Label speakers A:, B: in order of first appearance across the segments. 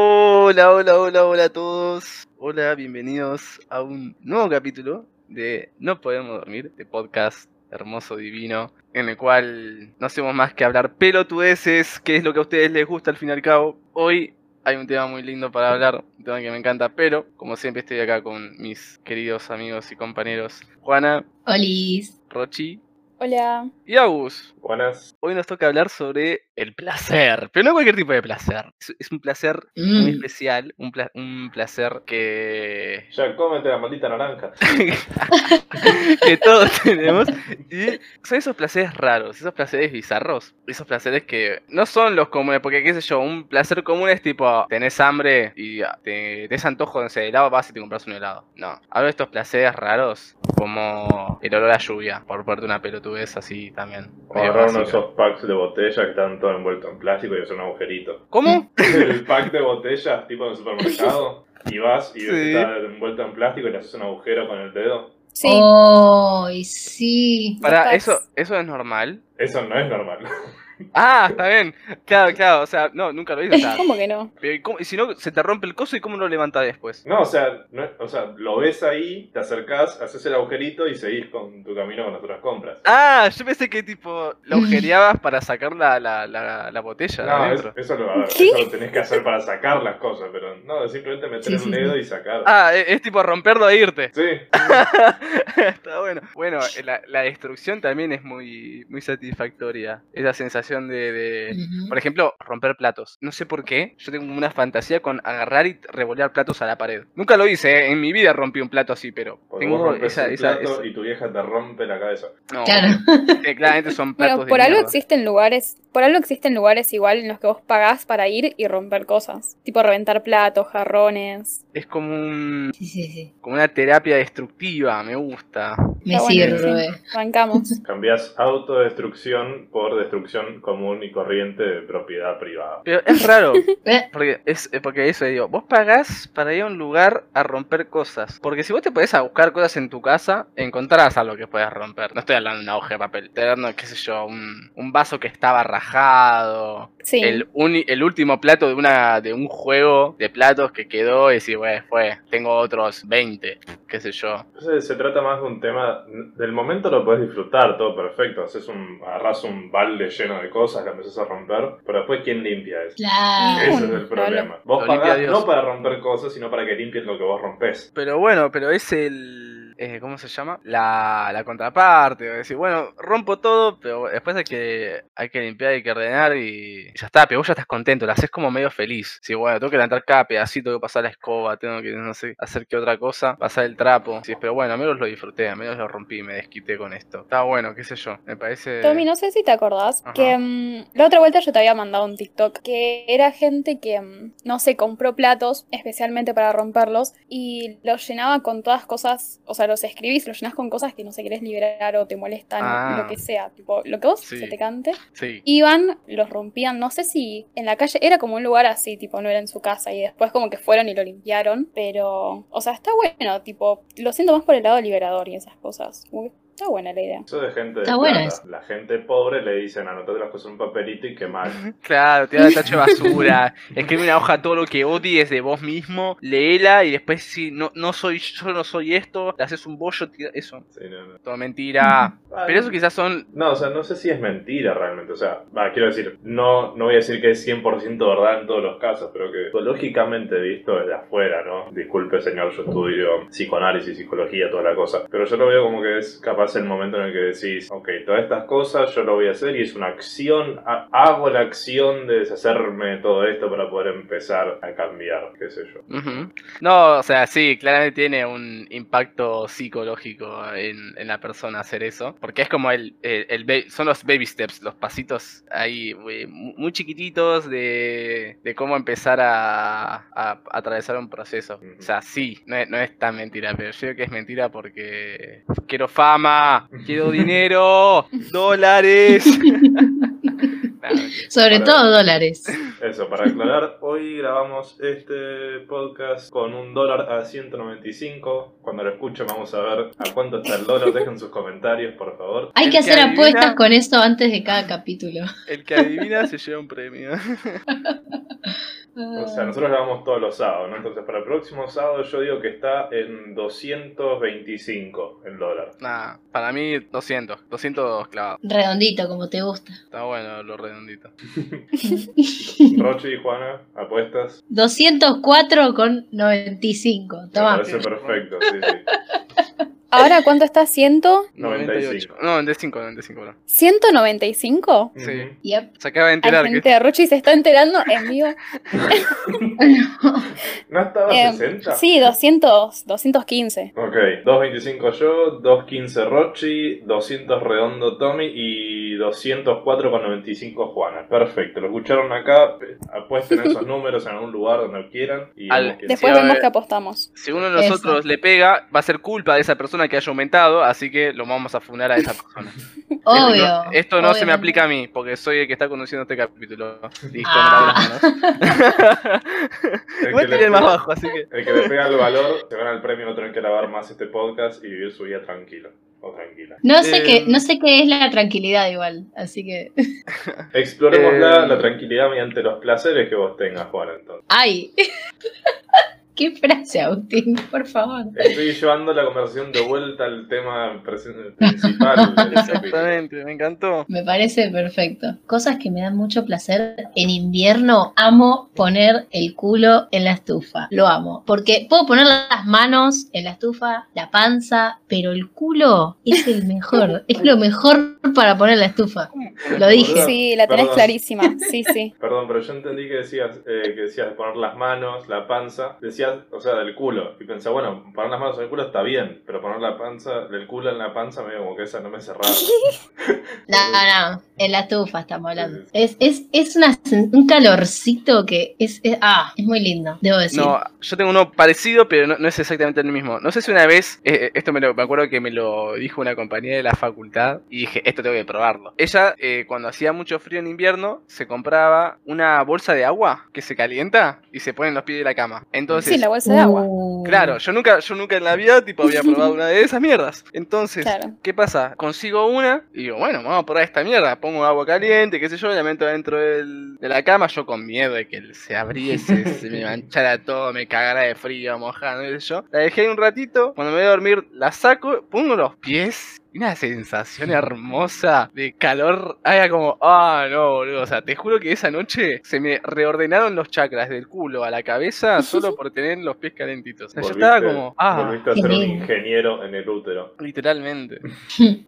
A: Hola, hola, hola, hola a todos. Hola, bienvenidos a un nuevo capítulo de No Podemos Dormir, de podcast hermoso, divino, en el cual no hacemos más que hablar pelotudeces, que es lo que a ustedes les gusta al fin y al cabo. Hoy hay un tema muy lindo para hablar, un tema que me encanta, pero como siempre estoy acá con mis queridos amigos y compañeros Juana,
B: Olis.
A: Rochi
C: Hola.
A: y Agus.
D: Buenas.
A: Hoy nos toca hablar sobre el placer, pero no cualquier tipo de placer. Es, es un placer muy
B: Mm.
A: especial, un, pla- un placer que,
D: Ya cómete la maldita naranja.
A: que todos tenemos. Y son esos placeres raros, esos placeres bizarros, esos placeres que no son los comunes, porque qué sé yo, un placer común es tipo, tenés hambre y ah, te, tenés antojo no sé, de helado, vas y te compras un helado. No, hablo de estos placeres raros como el olor a lluvia, por ponerte una pelotudez así también.
D: O
A: medio
D: agarrar uno de
A: básica.
D: esos packs de botella que están todos envueltos en plástico y es un agujerito.
A: ¿Cómo?
D: El pack de botella, tipo en el supermercado, y vas y ves
A: Sí.
D: que está envuelto en plástico y le haces un agujero con el dedo.
C: Sí.
B: Ay, sí.
A: Para,
C: Capaz.
A: eso, eso es normal.
D: Eso no es normal.
A: Ah, está bien. Claro, claro. O sea, no, nunca lo hice. o sea,
C: ¿Cómo que no?
A: pero ¿y cómo- y si no, se te rompe el coso y cómo lo levanta después.
D: No, o sea, no es- o sea, lo ves ahí, te acercás, haces el agujerito y seguís con tu camino con las otras compras.
A: Ah, yo pensé que tipo lo agujereabas para sacar la, la, la, la botella de
D: No, es-
A: adentro.
D: eso, lo, a ver,
C: ¿Qué?
D: eso lo tenés que hacer para sacar las cosas, pero no, es simplemente meter
B: Sí,
D: el
B: sí,
D: dedo y sacar.
A: Ah, e- es, tipo romperlo e irte.
D: Sí,
A: Está bueno. Bueno, la, la destrucción también es muy, muy satisfactoria. Esa sensación de, de-
B: Ujú.
A: Por ejemplo, romper platos. No sé por qué. Yo tengo una fantasía con agarrar y revolear platos a la pared. Nunca lo hice, ¿eh? en mi vida rompí un plato así, pero
D: porque vos
A: tengo
D: rompes
A: esa,
D: el
A: esa,
D: plato
A: esa-
D: y tu vieja te rompe la cabeza.
A: No,
B: Claro.
A: eh, claramente son platos
C: Bueno,
A: de
C: por algo
A: mierda.
C: existen lugares, por algo existen lugares igual en los que vos pagás para ir y romper cosas, tipo reventar platos, jarrones.
A: Es como, un-
B: Sí, sí, sí.
A: como una terapia destructiva, me gusta.
B: Me
C: Está bueno,
B: sirve.
C: Bancamos.
D: Cambias autodestrucción por destrucción común y corriente de propiedad privada.
A: Pero es raro,
B: Eh,
A: porque, es, eh, porque eso digo, vos pagás para ir a un lugar a romper cosas. Porque si vos te podés a buscar cosas en tu casa, encontrarás algo que puedas romper. No estoy hablando de una hoja de papel, estoy hablando, de, qué sé yo, un, un vaso que estaba rajado,
C: Sí.
A: el, uni- el último plato de una de un juego de platos que quedó y decís, bueno, fue, tengo otros 20, qué sé yo.
D: Entonces se trata más de un tema, del momento lo podés disfrutar, todo perfecto, haces un, agarrás un balde lleno de cosas, la empezás a romper, pero después ¿quién limpia eso?
B: claro.
D: Ese es el problema. Vos
A: Lo limpia
D: pagás
A: Dios.
D: no para romper cosas, sino para que limpies lo que vos rompes.
A: Pero bueno, pero es el. eh, ¿Cómo se llama? La, la contraparte. o decir, bueno, rompo todo, pero después hay que, hay que limpiar, hay que ordenar y ya está. Pero vos ya estás contento, la haces como medio feliz. Si bueno, tengo que levantar cada pedacito, tengo que pasar la escoba, tengo que, no sé, hacer que otra cosa, pasar el trapo. Sí, pero bueno, al menos lo disfruté, al menos lo rompí, me desquité con esto. Está bueno, qué sé yo, me parece.
C: Tommy, no sé si te acordás
A: eh, Ajá.
C: que mm, la otra vuelta yo te había mandado un TikTok que era gente que, mm, no sé, compró platos especialmente para romperlos y los llenaba con todas cosas, o sea, los escribís, los llenás con cosas que no se querés liberar o te molestan,
A: Ah.
C: lo que sea, tipo, lo que vos
A: Sí.
C: se te cante.
A: Sí.
C: Iban, los rompían, no sé si en la calle, era como un lugar así, tipo, no era en su casa y después como que fueron y lo limpiaron, pero, o sea, está bueno, tipo, lo siento más por el lado liberador y esas cosas. Uy, está buena la idea.
D: Eso de gente de
B: Está bueno
D: plata.
B: eso.
D: La gente pobre le dicen anotate las cosas en un papelito y quemar.
A: Claro, tirar el tacho de basura, escribe una hoja todo lo que odies de vos mismo, léela y después si no, no soy yo, no soy esto, le haces un bollo, tira- eso, todo mentira. Pero eso quizás son...
D: No, o sea, no sé si es mentira realmente. O sea, va, quiero decir, no, no voy a decir que es 100% verdad en todos los casos, pero que psicológicamente visto desde afuera, ¿no? Disculpe, señor, yo estudio psicoanálisis, psicología, toda la cosa. Pero yo lo veo como que es capaz el momento en el que decís, ok, todas estas cosas yo lo voy a hacer y es una acción, ha- hago la acción de deshacerme de todo esto para poder empezar a cambiar, qué sé yo.
A: Ujú. No, o sea, sí, claramente tiene un impacto psicológico en, en la persona hacer eso, porque es como el, el, el ba- son los baby steps, los pasitos ahí eh, mu- muy chiquititos de, de cómo empezar a, a atravesar un proceso. O sea, sí, no es, no es tan mentira, pero yo creo que es mentira porque quiero fama, quiero dinero, dólares. Nah, mentira.
B: Sobre
D: Para-
B: todo dólares.
D: Eso, para aclarar, hoy grabamos este podcast con un dólar a 195. Cuando lo escuchen vamos a ver a cuánto está el dólar. Dejen sus comentarios, por favor.
B: Hay
A: El
B: que
A: que
B: hacer
A: adivina-
B: apuestas con eso antes de cada capítulo.
A: El que adivina se lleva un premio.
D: O sea, nosotros grabamos todos los sábados, ¿no? Entonces, para el próximo sábado yo digo que está en 225 el dólar.
A: Nah, para mí 200, 200 clavados.
B: Redondito, como te gusta.
A: Está bueno lo redondito.
D: Roche y Juana, apuestas.
B: 204 con 95.
D: Me
B: Toma.
D: parece perfecto, sí, sí.
C: ¿Ahora cuánto está? ¿100?
D: 95.
A: No, 95, 95, bro.
C: ¿195?
A: Sí.
D: Ujú.
B: Yep.
A: Se acaba de enterar
C: Hay
A: que
C: gente, Rochi se está enterando, es mío.
D: ¿No estaba
C: Eh,
D: 60?
C: Sí, 200, 215.
D: Ok, 225 yo, 215 Rochi, 200 redondo Tommy y 204,95 Juana. Perfecto, lo escucharon acá, pe- apuesten esos números en algún lugar donde quieran y
A: Al-
D: vemos quién
A: Después
C: Después
A: a
C: vemos
A: ver.
C: que apostamos.
A: si uno de nosotros le pega, va a ser culpa de esa persona que haya aumentado, así que lo vamos a funar a esa persona.
B: Obvio.
A: Esto no, esto no se me
B: obviamente.
A: aplica a mí, porque soy el que está conduciendo este capítulo. Listo, me
B: Ah.
A: lavo las manos.
D: El
A: Igual
D: que le
A: tiré el más
D: pega-
A: bajo, así que.
D: El que le pega el valor se gana el premio, no tener que grabar más este podcast y vivir su vida tranquilo o tranquila.
B: No sé,
A: Eh,
B: qué, no sé qué es la tranquilidad igual, así que...
D: Exploremos la,
A: Eh.
D: la tranquilidad mediante los placeres que vos tengas, Juana, entonces.
B: ¡Ay! ¡Qué frase, Agustín! Por favor.
D: Estoy llevando la conversación de vuelta al tema presen- principal del capítulo.
A: Exactamente, me encantó.
B: Me parece perfecto. Cosas que me dan mucho placer en invierno. Amo poner el culo en la estufa. Lo amo. Porque puedo poner las manos en la estufa, la panza, pero el culo es el mejor. es lo mejor para poner en la estufa. Lo dije.
C: Sí, la tenés
D: Perdón.
C: clarísima. Sí, sí.
D: Perdón, pero yo entendí que decías, eh, que decías poner las manos, la panza, decías, o sea, del culo. Y pensaba, bueno, poner las manos en el culo está bien, pero poner la panza, del culo en la panza, medio como que esa no me cerraba.
B: No, no, en la estufa estamos hablando. Es, es, es una sen- un calorcito que es, es- Ah, es muy lindo, debo decir.
A: No, yo tengo uno parecido, pero no, no es exactamente el mismo. No sé si una vez, eh, eh, esto me, lo, me acuerdo que me lo dijo una compañera de la facultad y dije, esto tengo que probarlo. Ella, eh, cuando hacía mucho frío en invierno, se compraba una bolsa de agua que se calienta y se pone en los pies de la cama. Entonces,
C: Sí, la bolsa de agua.
B: Uh,
A: Claro, yo nunca, yo nunca en la vida tipo había probado una de esas mierdas. Entonces,
C: Claro.
A: ¿qué pasa? Consigo una y digo, bueno, vamos a probar esta mierda. Pongo agua caliente, qué sé yo, la meto dentro del- de la cama, yo con miedo de que se abriese, se me manchara todo, me cagara de frío, mojado, qué sé yo. La dejé ahí un ratito, cuando me voy a dormir, la saco, pongo los pies. y Una sensación hermosa de calor. Ah, era como, ah, no, boludo. O sea, te juro que esa noche se me reordenaron los chakras del culo a la cabeza solo por tener los pies calentitos. O sea, yo estaba
D: Volviste-
A: como, ah,
D: Volviste a
B: Qué
D: ser un
B: lindo.
D: ingeniero en el útero.
A: literalmente.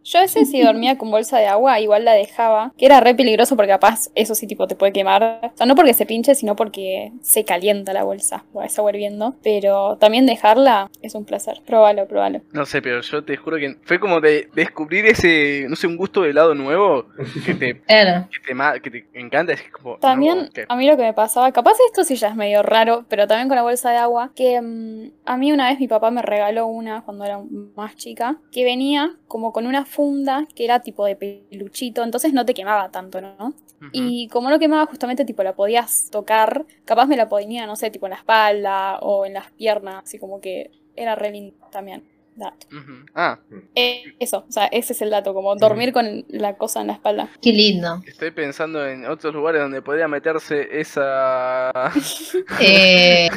C: Yo a veces si dormía con bolsa de agua, igual la dejaba, que era re peligroso porque capaz eso sí tipo te puede quemar. O sea, no porque se pinche, sino porque se calienta la bolsa, o está hirviendo. Pero también dejarla es un placer. Próbalo, próbalo.
A: No sé, pero yo te juro que fue como de descubrir ese, no sé, un gusto de helado nuevo que te,
B: Claro.
A: que te, ma- que te encanta. Es como, no,
C: También
A: que-
C: a mí lo que me pasaba, capaz esto sí ya es medio raro, pero también con la bolsa de agua, que mm, a mí una vez mi papá me regaló una cuando era más chica, que venía como con una funda que era tipo de peluchito, entonces no te quemaba tanto, ¿no?
A: Ujú.
C: Y como no quemaba, justamente tipo la podías tocar. Capaz me la ponía, no sé, tipo en la espalda o en las piernas, así como que era re lindo también. Dato.
A: Ujú. Ah,
C: Eh, eso, o sea, ese es el dato, como dormir con la cosa en la espalda.
B: Qué lindo.
A: estoy pensando en otros lugares donde podría meterse esa...
B: Eh,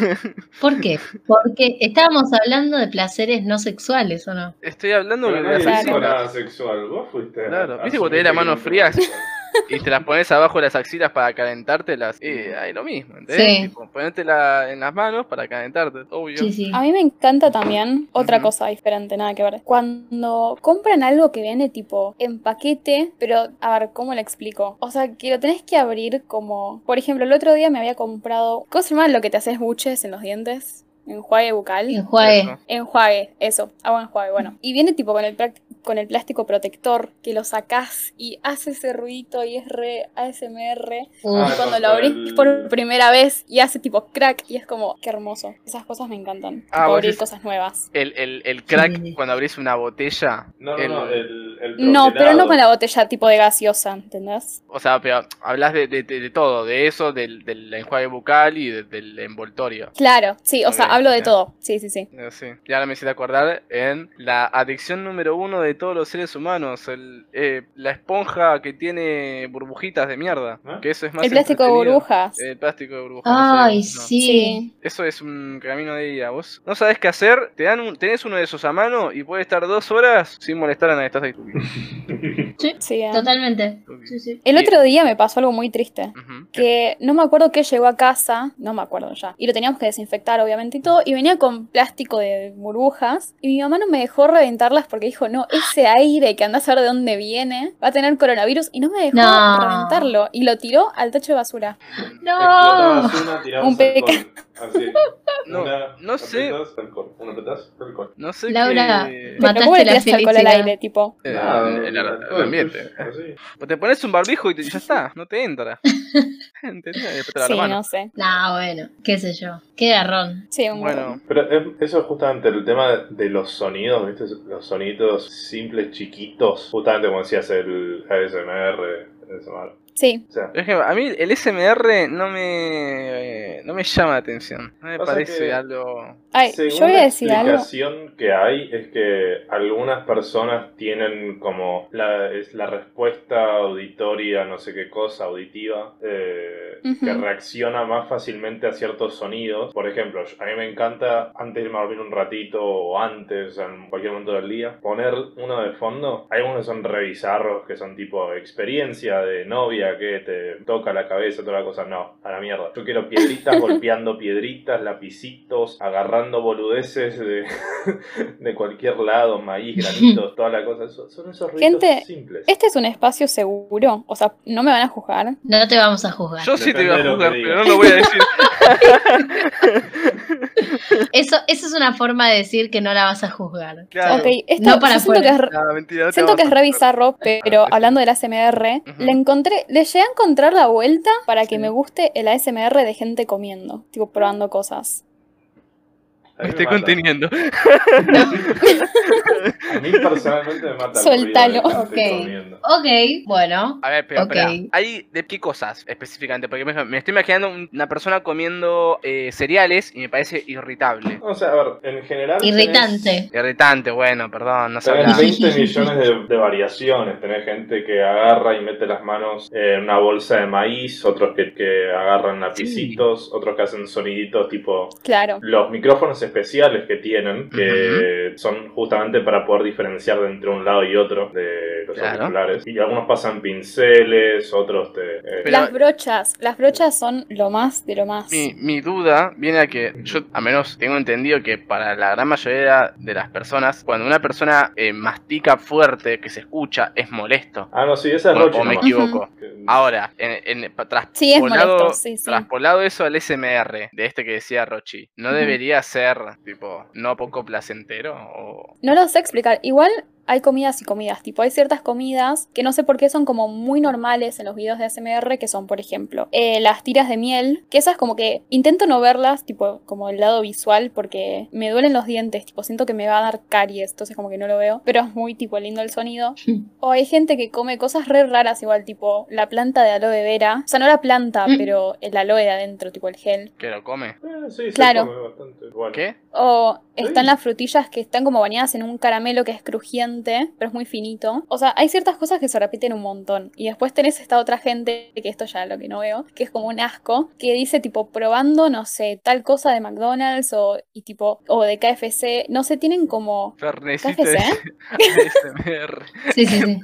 B: ¿Por qué? Porque estábamos hablando de placeres no sexuales, ¿o no?
A: Estoy hablando
D: Pero
A: de
D: nadie
A: las
C: Claro.
D: dijo
A: axilas.
D: nada sexual, vos fuiste.
A: Claro,
D: a-
A: ¿viste cuando
D: asumiste
A: tenés las
D: que
A: manos
D: no
A: frías?
D: sexual?
A: y te las pones abajo de las axilas para calentártelas. Eh, ahí lo mismo, ¿entendés?
B: Sí.
A: Tipo, ponértela en las manos para calentarte, obvio.
B: Sí, sí.
C: A mí me encanta también otra
A: Ujú.
C: cosa diferente, nada que ver. Cuando compran algo que viene tipo en paquete, pero a ver, ¿cómo le explico? O sea, que lo tenés que abrir como... Por ejemplo, el otro día me había comprado... ¿Cómo se llama lo que te haces buches en los dientes? Enjuague bucal.
B: Enjuague.
A: Eso.
C: Enjuague, eso, agua enjuague, bueno. Y viene tipo con el, prac- con el plástico protector que lo sacás y hace ese ruidito y es re ASMR.
B: Uf,
D: Ah,
C: Cuando
D: con-
C: lo
D: con
C: abrís
D: el-
C: por primera vez y hace tipo crack y es como, qué hermoso. Esas cosas me encantan.
A: Ah,
C: tipo,
A: vos
C: abrir
A: decís-
C: cosas nuevas.
A: El, el, el crack
B: Sí.
A: cuando abrís una botella.
D: No, no,
A: el-
D: no, el, el
C: No, pero no
D: troquelado.
C: con la botella tipo de gaseosa, ¿entendés?
A: O sea, pero hablas de, de- de- de todo, de eso, del, del enjuague bucal y de- del envoltorio.
C: Claro, sí, o sea,
A: Ok,
C: hablo de
A: ok.
C: todo. Sí, sí, sí.
A: Eh, Sí. Y ahora me hiciste acordar en la adicción número uno de todos los seres humanos, el, eh, la esponja que tiene burbujitas de mierda.
D: ¿Eh?
A: Que eso es más
C: el plástico de
A: entretenido. Eh.
C: burbujas.
A: El plástico de burbujas. Ah, no sé,
B: Ay,
A: no.
B: sí.
A: Eso es un camino de ida. Vos no sabés qué hacer, te dan un- tenés uno de esos a mano y puedes estar dos horas sin molestar a nadie. Estás ahí.
C: Sí, sí, eh.
B: Totalmente. Sí, sí.
C: El
A: Y-
C: otro día me pasó algo muy triste.
A: Ujú.
C: que no me acuerdo que llegó a casa, no me acuerdo ya, y lo teníamos que desinfectar obviamente y todo, y venía con plástico de burbujas, y mi mamá no me dejó reventarlas porque dijo, no, ese aire que andás a ver de dónde viene, va a tener coronavirus, y no me dejó
B: No.
C: reventarlo, y lo tiró al tacho de basura.
B: No.
D: Explotabas una, tirabas
C: Un peca-
D: alcohol. Así.
A: No,
D: Una,
A: no sé.
D: apretás, alcohol. Una apretás, alcohol.
A: No sé qué-
B: Laura, ma-
C: Pero ¿cómo
B: Mataste
C: le
B: la
C: tiraste alcohol al
B: felicidad.
C: aire, tipo?
A: El,
D: Nada,
A: el- el- el
D: alcohol,
A: ambiente.
D: pues, así.
A: Pues te pones un barbijo y te- ya está, no te entra. ¿Entendés? Y después te lava
C: Sí,
A: la mano.
C: no sé.
B: No, bueno, qué sé yo. Qué garrón.
C: Sí, un
A: Bueno,
D: Pero em, eso es justamente el tema de los sonidos, ¿viste? Los sonidos simples, chiquitos. Justamente como decías, el ASMR. ASMR.
C: Sí,
D: O sea,
A: por ejemplo, a mí el SMR no me, eh, no me llama la atención. No me
D: Pasa
A: parece
D: que-
A: algo...
C: Ay,
D: Según
C: yo voy a
D: la
C: decir algo.
D: explicación que hay es que algunas personas tienen como la, es la respuesta auditoria, no sé qué cosa, auditiva, eh,
C: Ujú.
D: que reacciona más fácilmente a ciertos sonidos. Por ejemplo, yo- a mí me encanta antes de irme a dormir un ratito o antes, en cualquier momento del día, poner uno de fondo. Hay unos que son revisarros, que son tipo experiencia de novia que te toca la cabeza, toda la cosa. No, a la mierda. Yo quiero piedritas golpeando piedritas, lapicitos, agarrando boludeces de, de cualquier lado, maíz, granitos, toda la cosa. Son, son esos ruidos
C: Gente,
D: simples.
C: Este es un espacio seguro, o sea, no me van a juzgar.
B: No te vamos a juzgar.
A: Yo sí te voy a
D: Depende de lo que
A: juzgar,
D: digas.
A: pero no lo voy a decir.
B: Eso, eso es una forma de decir que no la vas a juzgar.
A: Claro.
C: Ok, esto
B: No para
C: yo siento que es
B: afuera.
A: No, mentira, no te
C: Siento
A: vamos
C: que es
A: a
C: re
A: juzgar.
C: bizarro, pero hablando del ASMR,
A: Ujú.
C: le encontré, le llegué a encontrar la vuelta para que
A: Sí.
C: me guste el ASMR de gente comiendo, tipo probando cosas.
D: A
A: Me
D: mí
A: estoy
D: mata.
A: conteniendo.
D: A mí personalmente me mata.
C: Soltalo.
D: El ruido de gente
B: Ok.
D: comiendo.
B: Ok, bueno.
A: A ver, pero
B: Ok.
A: espera, ¿hay de qué cosas específicamente? Porque me, me estoy imaginando un- una persona comiendo eh, cereales y me parece irritable.
D: O sea, a ver, en general.
B: Irritante.
A: Irritante, bueno, perdón, no sé
D: Tenés
A: hablar.
B: Hola.
D: 20 millones de, de variaciones. Tenés gente que agarra y mete las manos en una bolsa de maíz, otros que, que agarran lapicitos, otros que hacen soniditos tipo
C: Claro.
D: los micrófonos especiales que tienen, que son justamente para poder diferenciar de entre un lado y otro de los
A: Claro.
D: auriculares. Y algunos pasan pinceles, otros te. eh,
A: Pero-
C: las brochas, las brochas son lo más de lo más.
A: Mi, mi duda viene a que yo a menos tengo entendido que para la gran mayoría de las personas, cuando una persona eh, mastica fuerte, que se escucha, es molesto.
D: Ah, no, sí, esa
A: O,
D: es Rochi
A: o me
D: nomás.
A: equivoco.
D: Que-
A: Ahora, en, en- pa-
C: Sí, es
A: traspolado,
C: molesto, sí, sí.
A: traspolado eso al SMR, de este que decía Rochi, ¿no
C: Ujú.
A: debería ser, tipo, no poco placentero? O...
C: No lo sé explicar. Igual hay comidas y comidas. Tipo, hay ciertas comidas que no sé por qué son como muy normales en los videos de ASMR, que son, por ejemplo, eh, las tiras de miel, que esas como que intento no verlas, tipo, como el lado visual, porque me duelen los dientes, tipo, siento que me va a dar caries, entonces como que no lo veo, pero es muy, tipo, lindo el sonido. O hay gente que come cosas re raras igual, tipo, la planta de aloe vera. O sea, no la planta,
B: Mm.
C: pero el aloe de adentro, tipo el gel.
A: ¿Que lo come?
D: Eh, sí, se
C: Claro.
D: come bastante. Bueno.
A: ¿Qué?
C: O están
D: Sí.
C: las frutillas que están como bañadas en un caramelo que es crujiente, pero es muy finito. O sea, hay ciertas cosas que se repiten un montón. Y después tenés esta otra gente, que esto ya lo que no veo, que es como un asco, que dice tipo probando, no sé, tal cosa de McDonald's o, y tipo, o de KFC. No sé, tienen como...
A: Fernecito
C: KFC,
A: SMR.
B: Sí, sí, sí.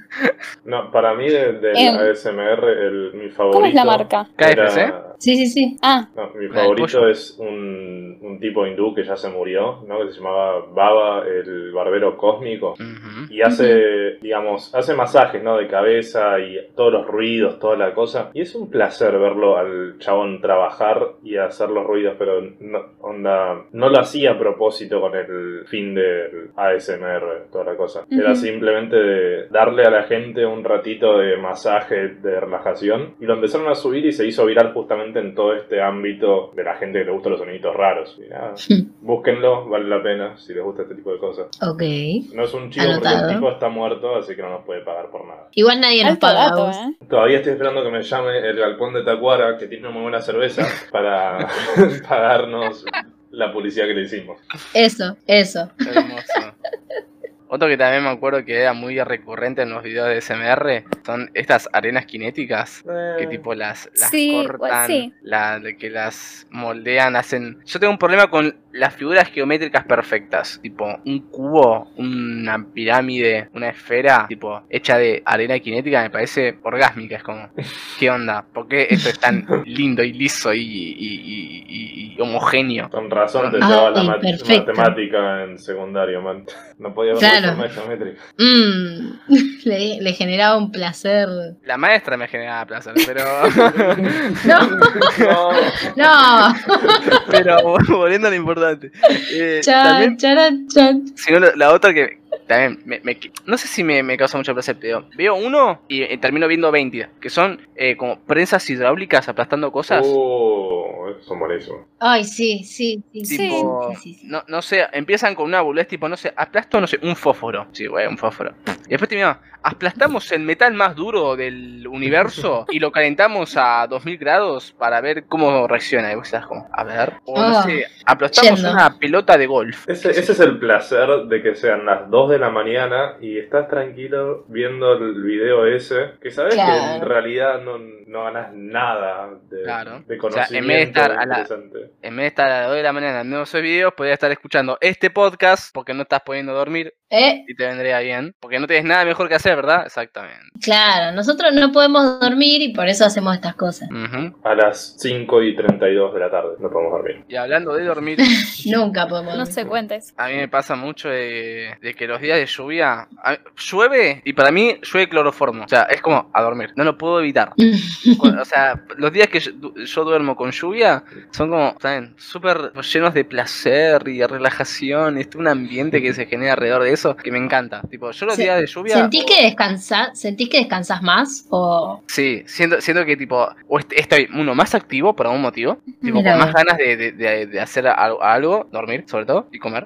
D: No, para mí de- del
C: Em.
D: ASMR, el, mi favorito.
C: ¿Cómo es la marca?
D: era-
B: Sí, sí, sí.
C: Ah,
D: no, mi
A: La del
D: favorito
A: pollo.
D: es un, un tipo hindú que ya se murió, ¿no? Que se llamaba Baba, el barbero cósmico.
A: Ujú.
D: Y hace, digamos, hace masajes, ¿no? De cabeza y todos los ruidos, toda la cosa. Y es un placer verlo al chabón trabajar y hacer los ruidos, pero no, onda, no lo hacía a propósito con el fin del ASMR, toda la cosa. Era
C: Ujú.
D: simplemente de darle a la gente un ratito de masaje, de relajación. Y lo empezaron a subir y se hizo viral justamente justamente en todo este ámbito de la gente que le gusta los soniditos raros. Y nada, búsquenlo, vale la pena si les gusta este tipo de cosas.
B: Ok.
D: No es un chivo porque
B: Anotado.
D: el tipo está muerto, así que no nos puede pagar por nada.
B: Igual nadie nos
C: Alto
B: paga. a
C: dato,
B: vos.
C: ¿eh?
D: Todavía estoy esperando que me llame el galpón de Tacuara, que tiene muy buena cerveza, para pagarnos la publicidad que le hicimos.
B: Eso, eso.
A: Hermoso. Otro que también me acuerdo que era muy recurrente en los videos de SMR son estas arenas cinéticas. Que
D: Eh,
A: tipo las, las
C: Sí, bueno,
A: cortan,
C: sí.
A: la- de que las moldean, hacen... Yo tengo un problema con las figuras geométricas perfectas. Tipo, un cubo, una pirámide, una esfera, tipo, hecha de arena cinética, me parece orgásmica. Es como, ¿qué onda? ¿Por qué esto es tan lindo y liso y, y- y- y- y homogéneo?
D: Con razón te
B: Ah,
D: llevaba la
B: y
D: mat-
B: perfecto.
D: matemática en secundario, man. No podía ver
B: Claro.
D: la forma geométrica.
B: Mm, le, le generaba un placer.
A: La maestra me generaba placer, pero...
B: No,
D: No.
B: no.
A: Pero volviendo a lo importante. Eh,
B: Chan,
A: también,
B: charan, chan.
A: si no, la- la otra que también me, me- no sé si me, me causa mucho placer, pero veo uno y eh, termino viendo 20, que son eh, como prensas hidráulicas aplastando cosas.
D: Oh, esos son buenísimos.
B: Ay, sí, sí, sí. sí,
A: Tipo,
B: sí, sí, sí.
A: no, no sé, empiezan con una boludez tipo, no sé, aplasto, no sé, un fósforo. Sí, güey, un fósforo. Y después terminaba, aplastamos el metal más duro del universo y lo calentamos a 2000 grados para ver cómo reacciona. Y vos estás como, a ver, o no
B: Ah,
A: sé, aplastamos
B: yendo.
A: una pelota de golf.
D: Ese, ese es el placer de que sean las 2 de la mañana y estás tranquilo viendo el video ese, que sabes que en
B: Claro.
D: realidad no, no ganas nada de,
A: Claro.
D: de
A: O sea,
D: conocimiento
A: en vez de estar a la-
D: interesante.
A: En vez de estar a las 2 de la mañana en nuevos videos, podría estar escuchando este podcast porque no estás pudiendo dormir
B: Eh,
A: y te vendría bien. Porque no tienes nada mejor que hacer, ¿verdad? Exactamente.
B: claro, nosotros no podemos dormir y por eso hacemos estas cosas.
A: Ujú.
D: A las 5 y 32 de la tarde, no podemos dormir.
A: Y hablando de dormir,
B: Nunca podemos
C: No
B: dormir.
C: se cuentes.
A: a mí me pasa mucho de, de que los días de lluvia a- llueve y para mí llueve cloroformo. O sea, es como a dormir. No lo puedo evitar.
B: Mm.
A: Cu- O sea, los días que yo, du- yo duermo con lluvia son como, ¿saben? Súper llenos de placer y de relajación. Es un ambiente que se genera alrededor de eso que me encanta. Tipo, yo los
B: Se-
A: días de lluvia.
B: ¿Sentís que, descansa, ¿Sentís que descansas más? ¿O
A: Sí, siento, siento que tipo, o est- estoy uno más activo por algún motivo, tipo
B: Mira
A: con más
B: vos.
A: ganas de, de- de- de hacer al- algo, dormir sobre todo, y comer.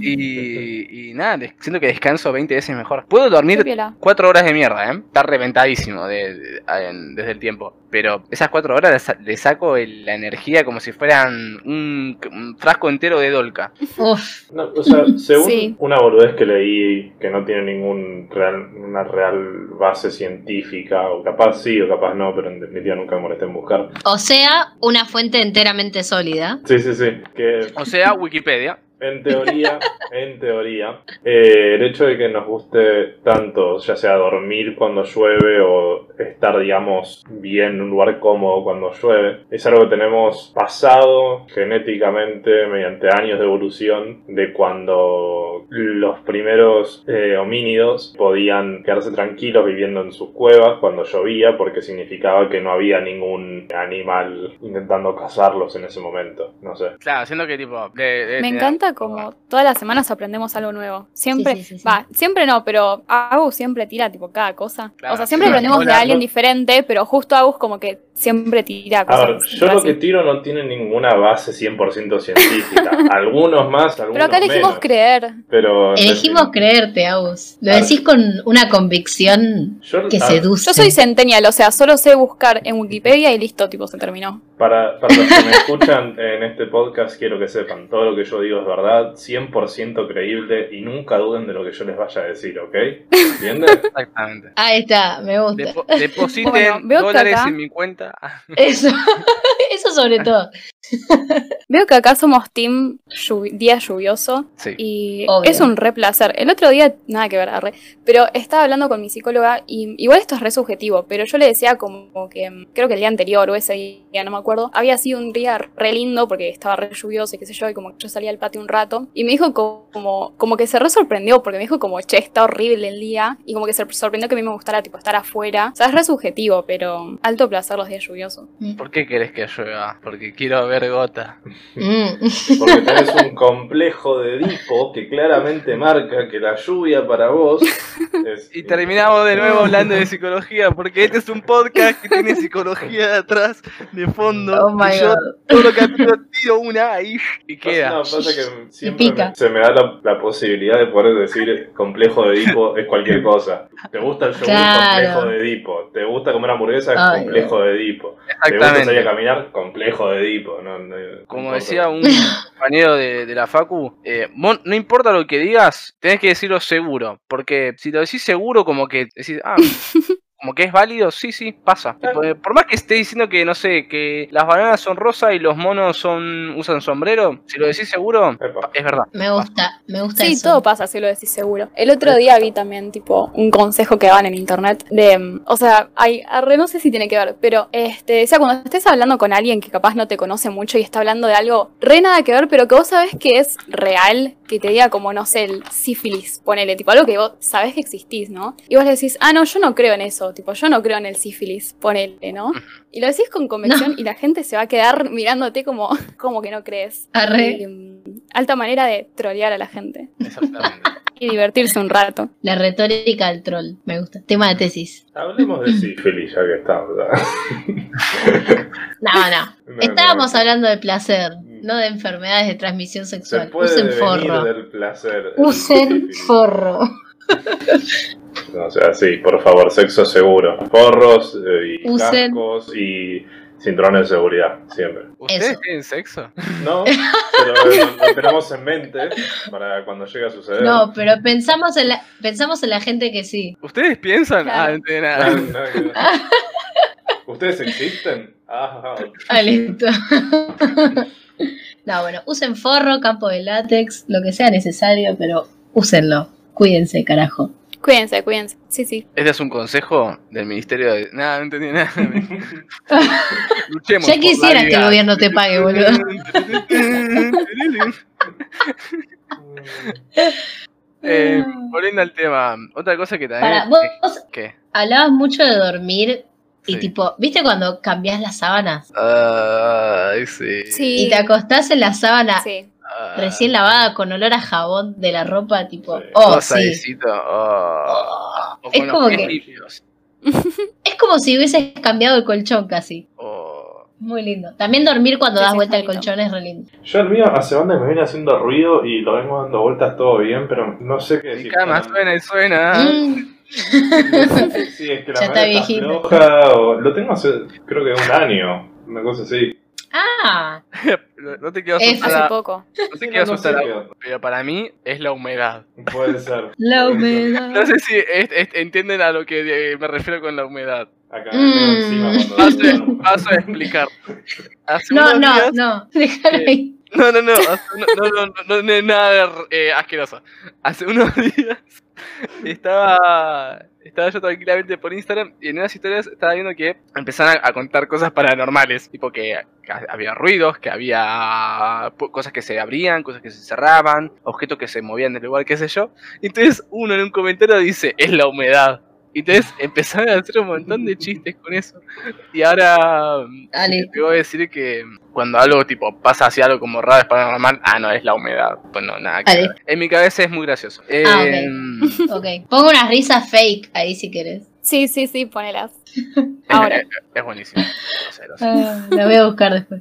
A: Y, y nada, des- siento que descanso 20 veces mejor. Puedo
C: Qué
A: dormir
C: piola.
A: 4 horas de mierda, ¿eh? Está reventadísimo de- de- a- en- desde el tiempo. Pero esas 4 horas le sa- le saco el- la energía como si fueran un, un frasco entero de dolca.
B: Uf,
D: No, o sea, según
C: Sí.
D: una boludez que leí que no tiene ningún real, una real base científica, o capaz sí o capaz no, pero en definitiva nunca me molesté en buscar.
B: o sea, una fuente enteramente sólida.
D: Sí, sí, sí, que
A: O sea, Wikipedia.
D: En teoría, en teoría, eh, el hecho de que nos guste tanto, ya sea dormir cuando llueve o estar, digamos, bien en un lugar cómodo cuando llueve, es algo que tenemos pasado genéticamente mediante años de evolución de cuando los primeros eh, homínidos podían quedarse tranquilos viviendo en sus cuevas cuando llovía porque significaba que no había ningún animal intentando cazarlos en ese momento. No sé.
A: Claro, siento que tipo... de- de-
C: Me
A: de-
C: encanta como todas las semanas aprendemos algo nuevo. Siempre,
B: Sí, sí, sí, sí.
C: va, siempre no, pero Agus siempre tira tipo cada cosa.
A: Claro.
C: o sea, siempre
D: Sí,
C: aprendemos de
D: hola,
C: alguien
D: no-
C: diferente, pero justo Agus como que siempre tira
D: A
C: cosas.
D: ver, yo lo
C: así.
D: que tiro no tiene ninguna base 100% científica. Algunos más, algunos
C: Pero acá elegimos
D: menos.
C: creer.
D: Pero
B: Elegimos creerte, Agus. Lo decís con una convicción
D: Yo- ah,
B: que
A: Ah.
D: a-
B: seduce.
C: Yo soy centennial, o sea, solo sé buscar en Wikipedia y listo, tipo, se terminó.
D: Para, para los que me escuchan en este podcast, quiero que sepan, todo lo que yo digo es verdad, 100% creíble y nunca duden de lo que yo les vaya a decir, ¿ok? ¿Entienden?
A: Exactamente.
B: Ah, Ahí está, me gusta.
A: Depo- depositen
C: Bueno, veo que
A: dólares
C: acá-
A: en mi cuenta. Ah,
B: Eso, eso sobre todo.
C: Veo que acá somos team lluvi- día lluvioso.
A: Sí.
C: Y
B: Obvio.
C: es un re placer. El otro día, nada que ver, arre, pero estaba hablando con mi psicóloga y igual esto es re subjetivo, pero yo le decía como que mm, creo que el día anterior o ese día, no me acuerdo, había sido un día re lindo porque estaba re lluvioso y qué sé yo, y como que yo salía al patio un rato y me dijo como, como que se re sorprendió porque me dijo como, che, está horrible el día y como que se sorprendió que a mí me gustara tipo estar afuera. O sea, es re subjetivo, pero alto placer los días lluviosos.
A: ¿Por qué querés que llueva? Porque quiero beber gota.
B: Mm.
D: Porque tenés un complejo de Edipo que claramente marca que la lluvia para vos es-
A: Y terminamos de nuevo hablando de psicología, porque este es un podcast que tiene psicología atrás, de fondo.
B: Oh my
A: y yo
B: god.
A: todo capítulo tiro una ahí y
D: Pasa-
A: queda.
D: No, pasa que siempre
B: pica.
D: me- se me da la, la posibilidad de poder decir complejo de Edipo es cualquier cosa. ¿Te gusta el yogur?
B: Claro.
D: Complejo de Edipo. ¿Te gusta comer hamburguesa?
B: Ay,
D: complejo de Edipo. ¿Te gusta salir a
A: Exactamente.
D: caminar? Complejo de Edipo. No, no- no
A: Como
D: importa.
A: decía un compañero de, de la Facu, eh, mon- no importa lo que digas, tenés que decirlo seguro. Porque si lo decís seguro, como que decís, ah, como que es válido, sí, sí, pasa.
D: Claro.
A: Por, por más que esté diciendo que, no sé, que las bananas son rosas y los monos son usan sombrero, si lo decís seguro,
D: Epa.
A: es verdad.
B: Me gusta, me gusta
C: Sí,
B: eso.
C: todo pasa si lo decís seguro. El otro día vi también, tipo, un consejo que dan en internet de. mm, O sea, hay, arre, no sé si tiene que ver, pero este, decía, cuando estés hablando con alguien que capaz no te conoce mucho y está hablando de algo re nada que ver, pero que vos sabés que es real, que te diga como, no sé, el sífilis, ponele, tipo, algo que vos sabés que existís, ¿no? Y vos le decís, ah, no, yo no creo en eso, tipo, yo no creo en el sífilis, ponele, ¿no? Y lo decís con convicción y la gente se va a quedar mirándote como, como que no crees.
B: Arre.
C: Y, mm, alta manera de trolear a la gente
A: Exactamente.
C: y divertirse un rato.
B: La retórica del troll, me gusta. Tema de tesis.
D: Hablemos de sífilis ya que estamos. ¿verdad?
B: No, no.
D: No, no,
B: Estábamos
D: no.
B: hablando de placer, no de enfermedades de transmisión
D: Se
B: sexual.
D: puede
B: Usen
D: devenir
B: forro.
D: del placer. el
B: Usen
D: sífilis.
B: forro.
D: O sea, sí, por favor, sexo seguro. Forros eh, y
B: Usen-
D: cascos y cinturones de seguridad, siempre.
A: ¿Ustedes
B: Eso.
A: tienen sexo?
D: No, pero lo, lo tenemos en mente para cuando llegue a suceder.
B: No, pero pensamos en la, pensamos en la gente que sí.
A: ¿Ustedes piensan?
C: Claro.
A: Ah, no tiene
D: Ah,
A: nada.
D: no, no. ¿Ustedes existen? Ah,
B: Ah, listo. No, bueno, usen forro, campo de látex, lo que sea necesario, pero úsenlo. Cuídense, carajo.
C: Cuídense, cuídense. Sí, sí.
A: Este es un consejo del Ministerio de... Nada, no entendí nada. Luchemos
B: Ya quisieras que el gobierno te pague, boludo.
A: boludo.
D: ah.
A: Eh, volviendo al tema, otra cosa que también...
B: Para, vos vos
A: ¿Qué?
B: hablabas mucho de dormir y
A: Sí.
B: tipo, ¿viste cuando cambias las sábanas?
A: Ay, sí.
C: Sí.
B: Y te acostás en la sábana
C: Sí.
A: Ah,
B: recién lavada con olor a jabón de la ropa, tipo,
D: Sí.
B: oh,
A: todo
B: sí.
A: salecito, oh. O con
B: Es
A: los
B: como
A: pies
B: que-
A: limpios,
B: Es como si hubieses cambiado el colchón casi.
A: oh.
B: Muy lindo. También dormir cuando
C: Sí,
B: das
C: sí,
B: vuelta al
C: está lindo.
B: colchón es re lindo.
D: Yo el mío hace banda que me viene haciendo ruido y lo vengo dando vueltas todo bien, pero no sé qué
A: Mi
D: decir.
A: cama suena y suena.
B: Mm,
D: Sí, es
B: Ya está
D: que la mano está
B: viejito.
D: floja o- lo tengo hace creo que un año, una cosa así.
B: Ah,
A: No no te quiero
B: Eh,
A: asustar,
C: Hace
A: a-
C: poco.
A: no te
D: Sí,
A: quiero
D: no, no sé
A: asustar, a-
D: qué onda.
A: pero para mí es la humedad.
D: Puede ser.
B: la
A: No
B: humedad.
A: sé si es- es- entienden a lo que eh, me refiero con la humedad.
D: Acá
B: Mm.
D: encima cuando-
A: Hace, paso a explicar. Hace
B: No,
A: unos
B: no,
A: días-
B: no. Déjalo ahí.
A: No, no, no, hace- no, no, no, no, no es nada eh, asqueroso. Hace unos días estaba, estaba yo tranquilamente por Instagram y en unas historias estaba viendo que empezaban a, a contar cosas paranormales, tipo que, que había ruidos, que había pu- cosas que se abrían, cosas que se cerraban, objetos que se movían del lugar, qué sé yo. Y entonces uno en un comentario dice, es la humedad. Y entonces empezaron a hacer un montón de chistes con eso. Y ahora
B: Dale.
A: te voy a decir que cuando algo tipo pasa hacia algo como raro es paranormal, ah, no, es la humedad. Pues no, nada que
B: Vale.
A: ver. En mi cabeza es muy gracioso.
B: Ah, ok.
A: Em,
B: Ok. Pongo unas risas fake ahí si querés.
C: Sí, sí, sí, ponelas. Ahora.
A: Es buenísimo. Lo sé, lo sé.
B: Ah, La voy a buscar después.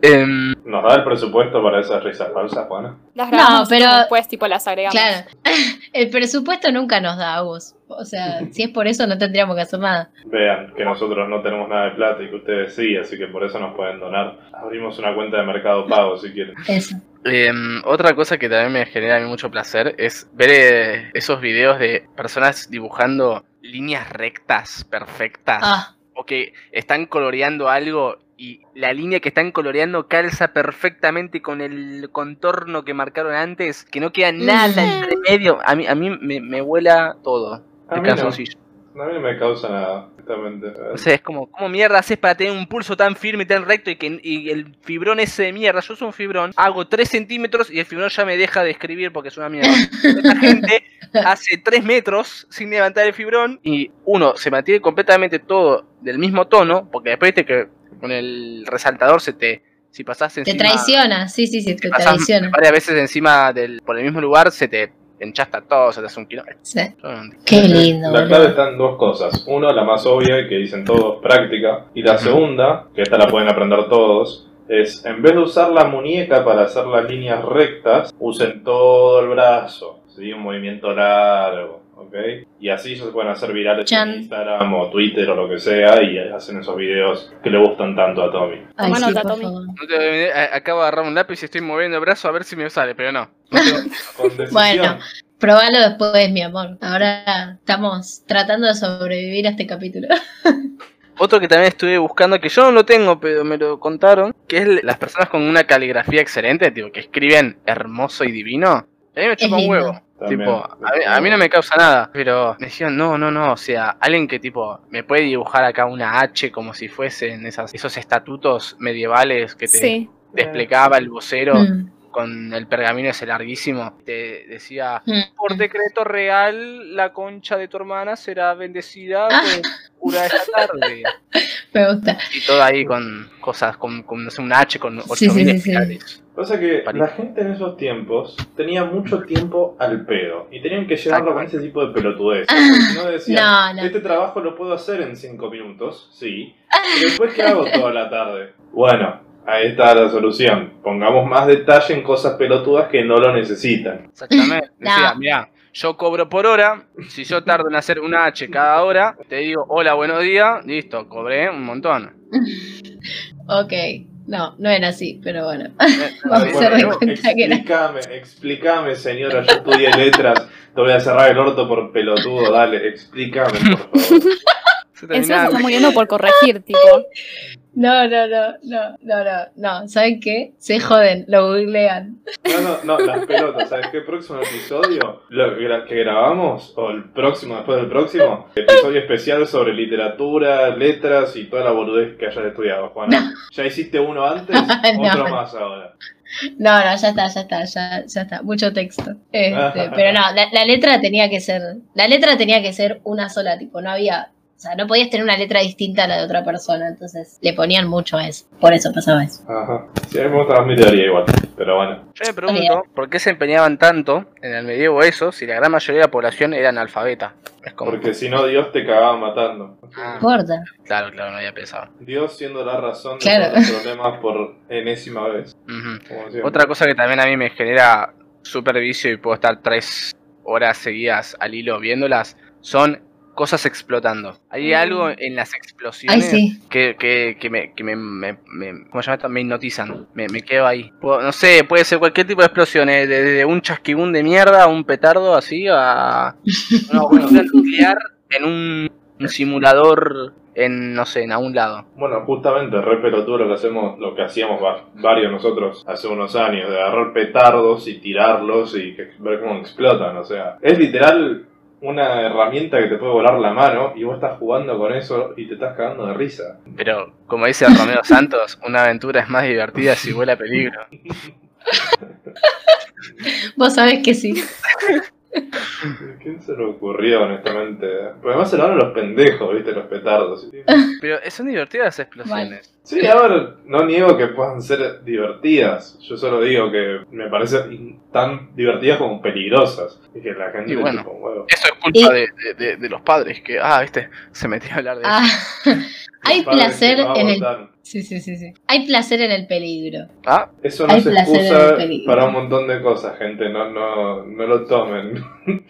A: Em,
D: ¿Nos da el presupuesto para esas risas falsas, Juana?
C: Las grabamos
B: pero-
C: y después tipo las agregamos.
B: Claro. El presupuesto nunca nos da a vos. O sea, si es por eso no tendríamos que hacer nada.
D: Vean que nosotros no tenemos nada de plata y que ustedes sí, así que por eso nos pueden donar. Abrimos una cuenta de Mercado Pago si quieren.
B: Eso.
A: em, otra cosa que también me genera a mí mucho placer es ver eh, esos videos de personas dibujando líneas rectas, perfectas.
B: Ah,
A: o que están coloreando algo y la línea que están coloreando calza perfectamente con el contorno que marcaron antes, que no queda nada
B: Ujú.
A: entre medio. A mí, a mí me, me vuela todo.
D: A
A: El
D: mí no.
A: calzoncillo.
D: A mí no me causa nada, exactamente.
A: O sea, es como, ¿cómo mierda haces para tener un pulso tan firme y tan recto y que y el fibrón ese de mierda? Yo soy un fibrón, hago 3 centímetros y el fibrón ya me deja de escribir porque es una mierda. Esta gente hace 3 metros sin levantar el fibrón y uno, se mantiene completamente todo del mismo tono, porque después viste que con el resaltador se te, Si pasás
B: Te
A: encima.
B: traiciona, sí, sí, sí, te
A: pasás
B: traiciona.
A: varias veces encima del, por el mismo lugar, se te enchasta todo, se te hace un kilómetro.
B: Sí.
A: Yo no entiendo.
B: Qué lindo,
D: La clave
B: boludo.
D: está en dos cosas. Uno, la más obvia, que dicen todos, práctica. Y la segunda, que esta la pueden aprender todos, es en vez de usar la muñeca para hacer las líneas rectas, usen todo el brazo. ¿sí? Un movimiento largo. ¿ok? Y así se pueden hacer virales
B: Chan.
D: en Instagram o Twitter o lo que sea y hacen esos videos que le gustan tanto a Tommy.
B: Ay,
C: Toma
B: sí,
C: nota,
B: por
C: Tommy.
B: favor.
A: No te voy a venir- a- acabo de agarrar un lápiz y estoy moviendo el brazo a ver si me sale, pero no. No tengo-
D: Con decisión.
B: Bueno. Probalo después, mi amor. Ahora estamos tratando de sobrevivir a este capítulo.
A: Otro que también estuve buscando, que yo no lo tengo, pero me lo contaron, que es l- las personas con una caligrafía excelente, tipo, que escriben hermoso y divino. A mí me chupa un
B: lindo.
A: huevo.
D: También.
A: Tipo, a mí, a mí no me causa nada, pero me decían, no, no, no, o sea, alguien que tipo, me puede dibujar acá una H como si fuesen esas, esos estatutos medievales que te,
C: Sí.
A: te explicaba el vocero
B: Mm,
A: con el pergamino ese larguísimo, te decía,
B: mm.
A: por decreto real, la concha de tu hermana será bendecida
B: Ah.
A: con cura esta tarde.
B: Me gusta.
A: Y todo ahí con cosas, con, con no sé, un H con 8000
B: sí, sí, sí.
A: espirales.
D: Pasa que
A: Pare-
D: la gente en esos tiempos tenía mucho tiempo al pedo y tenían que llenarlo con ese tipo de pelotudez. Si no decían,
B: Ah, No, no.
D: este trabajo lo puedo hacer en 5 minutos, sí. ¿Y después qué hago toda la tarde? Bueno, ahí está la solución. Pongamos más detalle en cosas pelotudas que no lo necesitan.
A: Exactamente. Decía,
B: No.
A: mira, yo cobro por hora, si yo tardo en hacer una H cada hora, te digo, hola, buenos días, listo, cobré un montón.
B: Ok. No, no era así, pero bueno.
D: Ah,
A: Eh,
B: Vamos a hacer de
D: no,
B: cuenta que era-
D: explícame, explícame, señora, yo estudié letras, te voy a cerrar el orto por pelotudo, dale, explícame, por favor.
A: Se
C: Encima se
A: terminaba-
C: está muriendo por corregir, tipo.
B: No, no, no, no, no, no, no. ¿Saben qué? Se joden, lo googlean.
D: No, no, no, las pelotas. ¿Sabes qué próximo episodio lo que gra- que grabamos? O el próximo, después del próximo. Episodio especial sobre literatura, letras y toda la boludez que hayas estudiado, Juana. Ya hiciste uno antes,
B: No.
D: otro más ahora.
B: No, no, ya está, ya está, ya, ya está. Mucho texto. Este, pero no, la, la letra tenía que ser. La letra tenía que ser una sola, tipo, no había. O sea, no podías tener una letra distinta a la de otra persona, entonces le ponían mucho a eso. Por eso pasaba eso.
D: Ajá. Sí, a mí me gusta más mi teoría igual, pero bueno.
A: Yo me pregunto, ¿por qué se empeñaban tanto en el medievo eso si la gran mayoría de la población era analfabeta? Es como,
D: Porque si no, Dios te cagaba matando.
A: Ah,
B: No importa.
A: claro, claro, no había pensado.
D: Dios siendo la razón de
B: Claro.
D: todos los problemas por enésima vez.
A: Ujú.
D: como siempre.
A: Otra cosa que también a mí me genera super vicio y puedo estar tres horas seguidas al hilo viéndolas son cosas explotando. Hay
C: Mm.
A: algo en las
B: Ah. Ay,
A: explosiones
B: sí.
A: que, que- que me, que me, me- me- ¿cómo se llama esto? Me hipnotizan, me, me quedo ahí. Puedo- no sé, puede ser cualquier tipo de explosiones, desde un chasquibún de mierda, un petardo así, a una bomba nuclear en un, un simulador en, no sé, en algún lado.
D: Bueno, justamente, re pelotudo lo que hacemos, lo que hacíamos va- varios nosotros hace unos años, de agarrar petardos y tirarlos y que- ver cómo explotan, o sea, es literal una herramienta que te puede volar la mano y vos estás jugando con eso y te estás cagando de risa.
A: Pero, como dice Romeo Santos, una aventura es más divertida si huele a peligro.
B: Vos sabés que sí.
D: ¿A ¿Quién se le ocurrió, honestamente? Pero además se lo dan a los pendejos, viste, los petardos.
A: Pero son divertidas las explosiones.
D: Sí, a ver, no niego que puedan ser divertidas. Yo solo digo que me parecen tan divertidas como peligrosas. Y que la gente
A: Y bueno.
D: tipo, huevo.
A: Eso es culpa de, de- de- de los padres, que, ah, viste, se metió a hablar de
B: Ah,
A: eso.
B: hay
D: Los padres
B: placer
D: que no
B: en el.
D: abortan.
B: Sí, sí, sí, sí. Hay placer en el peligro.
A: Ah,
D: Eso no
B: Hay
D: es
B: placer en
D: excusa
B: el peligro.
D: para un montón de cosas, gente. No, no, no lo tomen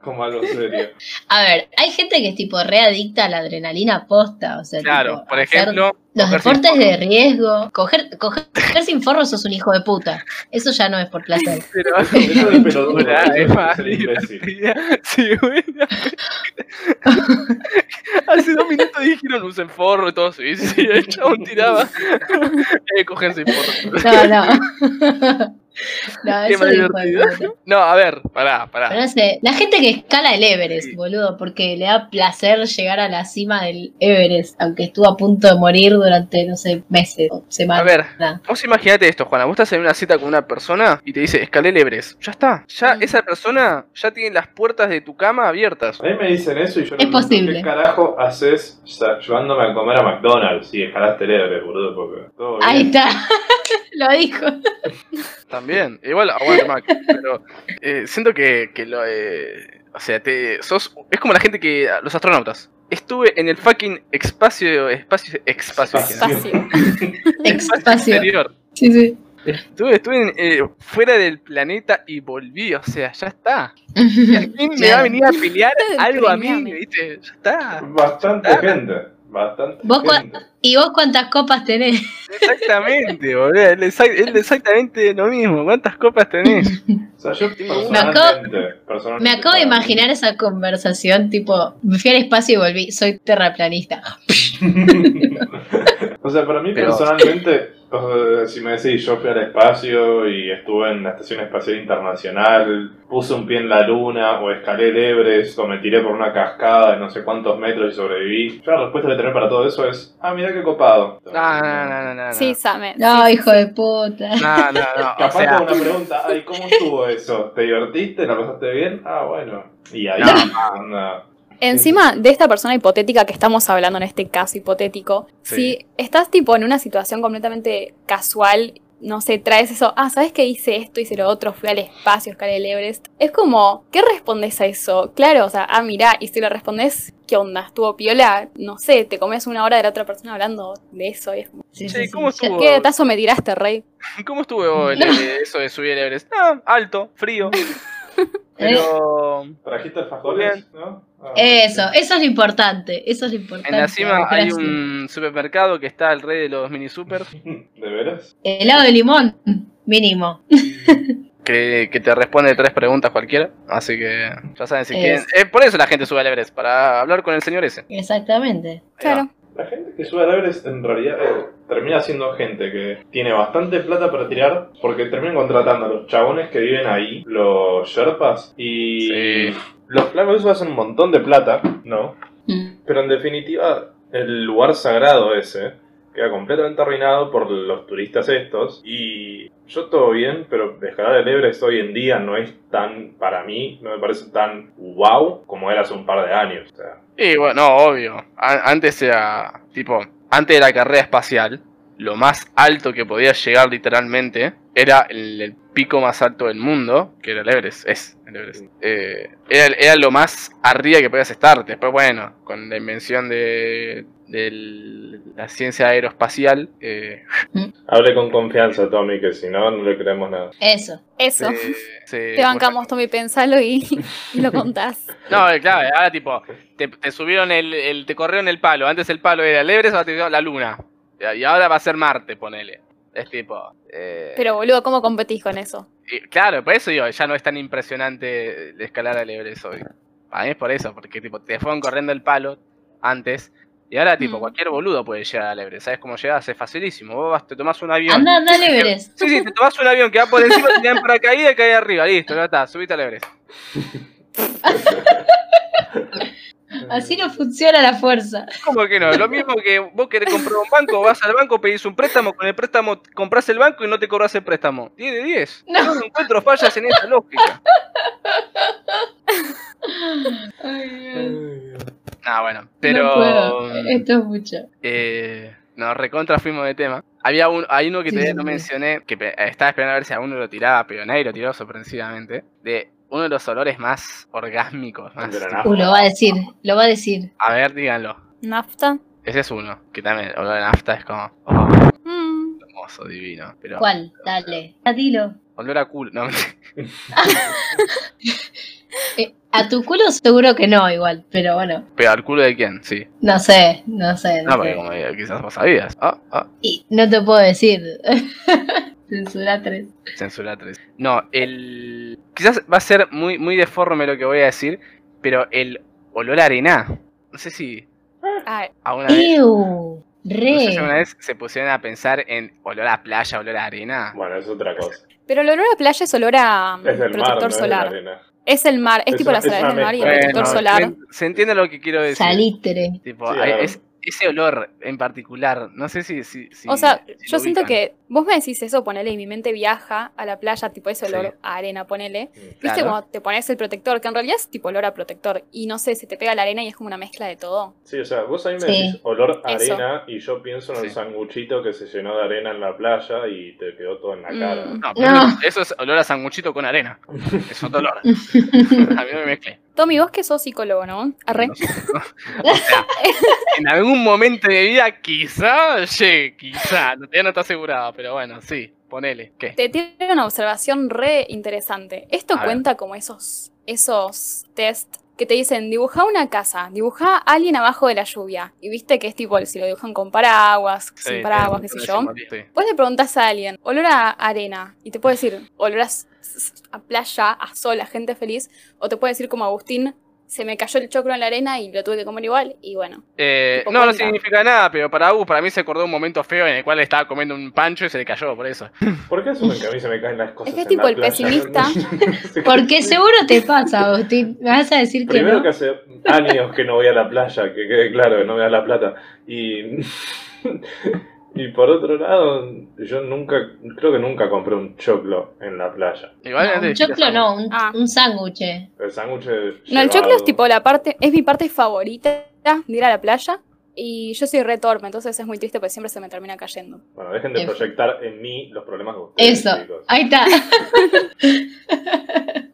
D: como algo serio.
B: A ver, hay gente que es tipo readicta a la adrenalina posta. O sea,
A: claro,
B: tipo,
A: por
B: hacer
A: ejemplo,
B: Los
A: coger sin
B: deportes
A: forro.
B: de riesgo. Coger, coger, coger sin forro sos un hijo de puta. Eso ya no es por placer.
A: Pero-
D: Eso de pelotudo,
A: Hola,
D: eso es
A: es más
D: ser imbécil.
A: divertida. Sí, güey. Hace dos minutos dijeron usen forro y todo. Sí, sí, el chabón tiraba. eh, cogen sin forro.
B: No, no. No,
A: Qué
B: eso
A: más
B: es hijo de
A: divertido.
B: puta.
A: No, a ver, pará, pará.
B: Pero no sé, la gente que escala el Everest,
A: Sí.
B: boludo, porque le da placer llegar a la cima del Everest, aunque estuvo a punto de morir durante, no sé, meses o semanas.
A: A ver,
B: Nada.
A: Vos imaginate esto, Juana. Vos estás en una cita con una persona y te dice, escalé el Everest. Ya está. Ya
B: Mm.
A: esa persona ya tiene las puertas de tu cama abiertas.
D: A mí me dicen eso y yo
B: Es
D: pregunto,
B: posible.
D: ¿qué carajo haces O sea, llevándome a comer a McDonald's, sí, escalaste el Everest, boludo, porque todo bien.
B: Ahí está. Lo dijo.
A: También, igual aguante Mac, pero eh, siento que, que lo, eh, o sea, te, sos, es como la gente que, ah, los astronautas. Estuve en el fucking espacio, espacio, espacio,
D: Espacio.
C: Espacio.
B: Espacio.
A: exterior.
B: Sí, sí.
A: Estuve, estuve en, eh, fuera del planeta y volví, o sea, ya está. ¿Y a quién me va a venir a pelear algo a mí?
C: Premiame.
A: ¿Viste? Ya está.
D: Bastante gente, bastante
B: Vos cua-
D: gente.
B: ¿Y vos cuántas copas tenés?
A: Exactamente, boludo. Es exa- es exactamente lo mismo. ¿Cuántas copas tenés?
D: O sea, yo
B: Me acabo-
D: personalmente, personalmente-
B: Me acabo de imaginar esa conversación, tipo, me fui al espacio y volví, soy terraplanista.
D: o sea, para mí
A: Pero-
D: personalmente, o sea, si me decís yo fui al espacio y estuve en la Estación Espacial Internacional, puse un pie en la luna o escalé el Everest o me tiré por una cascada de no sé cuántos metros y sobreviví, yo la respuesta que tener para todo eso es, ah, mira qué copado.
A: No, no, no, no. no, no.
C: Sí, Same.
B: No,
C: sí,
B: hijo de puta.
A: No, no, no. O
D: Capaz
A: sea,
D: con una pregunta, ay, ¿cómo estuvo eso? ¿Te divertiste? ¿La pasaste bien? Ah, bueno. Y ahí, onda,
C: Encima de esta persona hipotética que estamos hablando en este caso hipotético,
A: Sí.
C: si estás tipo en una situación completamente casual, no sé, traes eso, ah, ¿sabes qué hice esto? Hice lo otro, fui al espacio, escalé el Everest. Es como, ¿qué respondes a eso? Claro, o sea, ah, mirá, y si le respondes, ¿qué onda? ¿Estuvo piola? No sé, te comes una hora de la otra persona hablando de eso. Y es como,
B: Sí,
A: Che,
B: sí, sí.
A: ¿cómo
B: Ya-
A: estuvo?
C: ¿Qué tazo me tiraste, rey?
A: ¿Cómo estuvo el- eh, eso de subir el Everest? Ah, alto, frío.
B: ¿eh?
A: Pero
D: ¿Trajiste alfajores? ¿No? Ah.
B: Eso, eso es lo importante. Eso es lo importante.
A: en la cima hay
B: gracias.
A: un supermercado que está al rey de los mini supers
D: ¿De veras?
B: Helado de limón, mínimo.
A: que, que te responde tres preguntas cualquiera. Así que ya saben si
B: Es.
A: quieren. eh, por eso la gente sube al Everest, para hablar con el señor ese. Ahí
B: Exactamente.
A: va.
C: Claro.
D: La gente que sube al Everest en realidad eh, termina siendo gente que tiene bastante plata para tirar porque terminan contratando a los chabones que viven ahí, los Sherpas, y
A: Sí.
D: los flacos esos hacen un montón de plata, ¿no?
B: Mm.
D: Pero en definitiva, el lugar sagrado ese queda completamente arruinado por los turistas estos. Y yo todo bien, pero escalar el Everest hoy en día no es tan, para mí, no me parece tan wow como era hace un par de años. O sea,
A: Y bueno, no, obvio. A- antes era, tipo, antes de la carrera espacial, lo más alto que podía llegar literalmente era el, el pico más alto del mundo, que era el Everest. Es el Everest. Eh, era, era lo más arriba que podías estar. Después, bueno, con la invención de, de la ciencia aeroespacial, eh,
D: hable con confianza, Tommy, que si no, no le creemos nada.
B: Eso.
C: Eso.
A: se- se-
C: Te bancamos, Tommy, pensalo y, y lo contás.
A: No, eh, claro, ahora tipo, te, te subieron el, el- te corrieron el palo. Antes el palo era el Everest, ahora te dio la luna. Y ahora va a ser Marte, ponele. Es tipo. eh,
C: Pero boludo, ¿cómo competís con eso?
A: y claro, por eso digo, ya no es tan impresionante el escalar al Everest hoy. Para mí es por eso, porque tipo, te fueron corriendo el palo antes. Y ahora, tipo,
C: Mm.
A: cualquier boludo puede llegar al Everest. ¿Sabes cómo llegas? Es facilísimo. Vos vas, te tomás un avión.
B: Andá, dale, verés.
A: Sí, sí, te tomás un avión que va por encima, te dan paracaídas y cae arriba. Listo, ya está, subiste al Everest.
B: Así no funciona la fuerza.
A: ¿Cómo que no? Lo mismo que vos querés comprar un banco, vas al banco, pedís un préstamo, con el préstamo compras el banco y no te cobras el préstamo. 10 de 10. No, encuentro fallas en esa lógica. Ah, bueno,
B: No
A: pero.
B: puedo. Esto es mucho.
A: eh, no, recontra fuimos de tema. Había un, hay uno que
B: Sí,
A: todavía
B: sí,
A: no
B: sí.
A: mencioné, que pe- eh, estaba esperando a ver si a uno lo tiraba, pero nadie lo tiró sorpresivamente. De uno de los olores más orgásmicos. más-
D: De la nafta.
B: Uh, lo va a decir, lo va a decir.
A: A ver, díganlo.
C: ¿Nafta?
A: Ese es uno, que también, el olor de nafta es como. oh,
C: Mm.
A: hermoso, divino. Pero.
B: ¿Cuál? Dale. Ah, Dilo.
A: Olor a culo. No,
B: Eh, a tu culo seguro que no, igual, pero bueno.
A: pero al culo de quién, sí.
B: No sé, no sé. No,
A: No,
B: sé.
A: porque como eh, quizás vos sabías. Ah, ah,
B: Y no te puedo decir. Censura 3.
A: censura 3. No, el. Quizás va a ser muy, muy deforme lo que voy a decir, pero el olor a arena. No sé si
C: Ah,
A: alguna vez,
B: ¡Ew!
A: no sé si alguna
B: ¡Re!
A: vez se pusieron a pensar en olor a playa, olor a arena.
D: Bueno, es otra cosa.
C: pero el olor a playa es olor a mm,
D: Es del mar,
C: protector
D: no es de la
C: solar.
D: arena.
C: Es el mar, es,
D: Es
C: tipo
D: una-
C: las
D: es
C: arenas
D: una
C: del mar y el
D: mezcla.
C: protector
A: Bueno,
C: solar.
A: se- se entiende lo que quiero decir.
B: Salitre.
A: Tipo,
D: Sí,
A: hay-
D: claro.
A: es, ese olor en particular, no sé si... si, si-
C: o sea,
A: si lo
C: yo siento
A: ubican.
C: que vos me decís eso, ponele, y mi mente viaja a la playa, tipo ese olor
A: Sí.
C: a arena, ponele. Viste
A: Claro.
C: cuando te pones el protector, que en realidad es tipo olor a protector, y no sé, se te pega la arena y es como una mezcla de todo.
D: Sí, o sea, vos a mí me
B: Sí.
D: decís olor a
C: Eso.
D: arena y yo pienso en el
A: Sí.
D: sanguchito que se llenó de arena en la playa y te quedó todo en la
C: Mm.
D: cara.
A: No, pero
B: No.
A: eso- Eso es olor a sanguchito con arena. Es otro olor. A mí me mezclé.
C: Tommy, vos que sos psicólogo, ¿no? Arre.
A: No sé. O sea, en algún momento de mi vida, quizá, llegue, quizá. Todavía no está asegurado, pero bueno, sí, ponele. ¿Qué?
C: Te tiene una observación re interesante. Esto
A: A ver.
C: cuenta como esos, esos test que te dicen, dibuja una casa, dibuja a alguien abajo de la lluvia. Y viste que es tipo, si lo dibujan con paraguas, sin
A: Sí, eh,
C: paraguas, qué
A: tenés
C: sé
A: razón,
C: yo.
A: Mati. Sí.
C: Vos le preguntás a alguien, olor a arena, y te puede decir, olor a, s- s- a playa, a sol, a gente feliz, o te puede decir como Agustín, se me cayó el choclo en la arena y lo tuve que comer igual, y bueno.
A: Eh,
C: Tipo,
A: no, no
C: cuenta.
A: significa nada, pero para Agus, para mí se acordó un momento feo en el cual estaba comiendo un pancho y se le cayó por eso.
D: ¿Por qué asumen que a mí se me caen las cosas?
C: Es que
D: en
C: tipo
D: la
C: el
D: playa?
C: pesimista.
B: Porque seguro te pasa, Agustín. Me vas a decir que
D: Primero
B: no.
D: que hace años que no voy a la playa, que quede claro, que no me da la plata. Y, y por otro lado, yo nunca, creo que nunca compré un choclo en la playa.
A: Igual
B: No,
A: antes
B: un
A: decías
B: choclo
A: algo.
B: no, un,
C: Ah.
B: un sándwich.
D: El sándwich
C: No, el
D: llevado-
C: choclo es tipo la parte, es mi parte favorita de ir a la playa, y yo soy re torpe, entonces es muy triste porque siempre se me termina cayendo.
D: Bueno, dejen de
B: Eso.
D: proyectar en mí los problemas que ustedes,
B: Em, Eso,
D: chicos.
B: ahí está.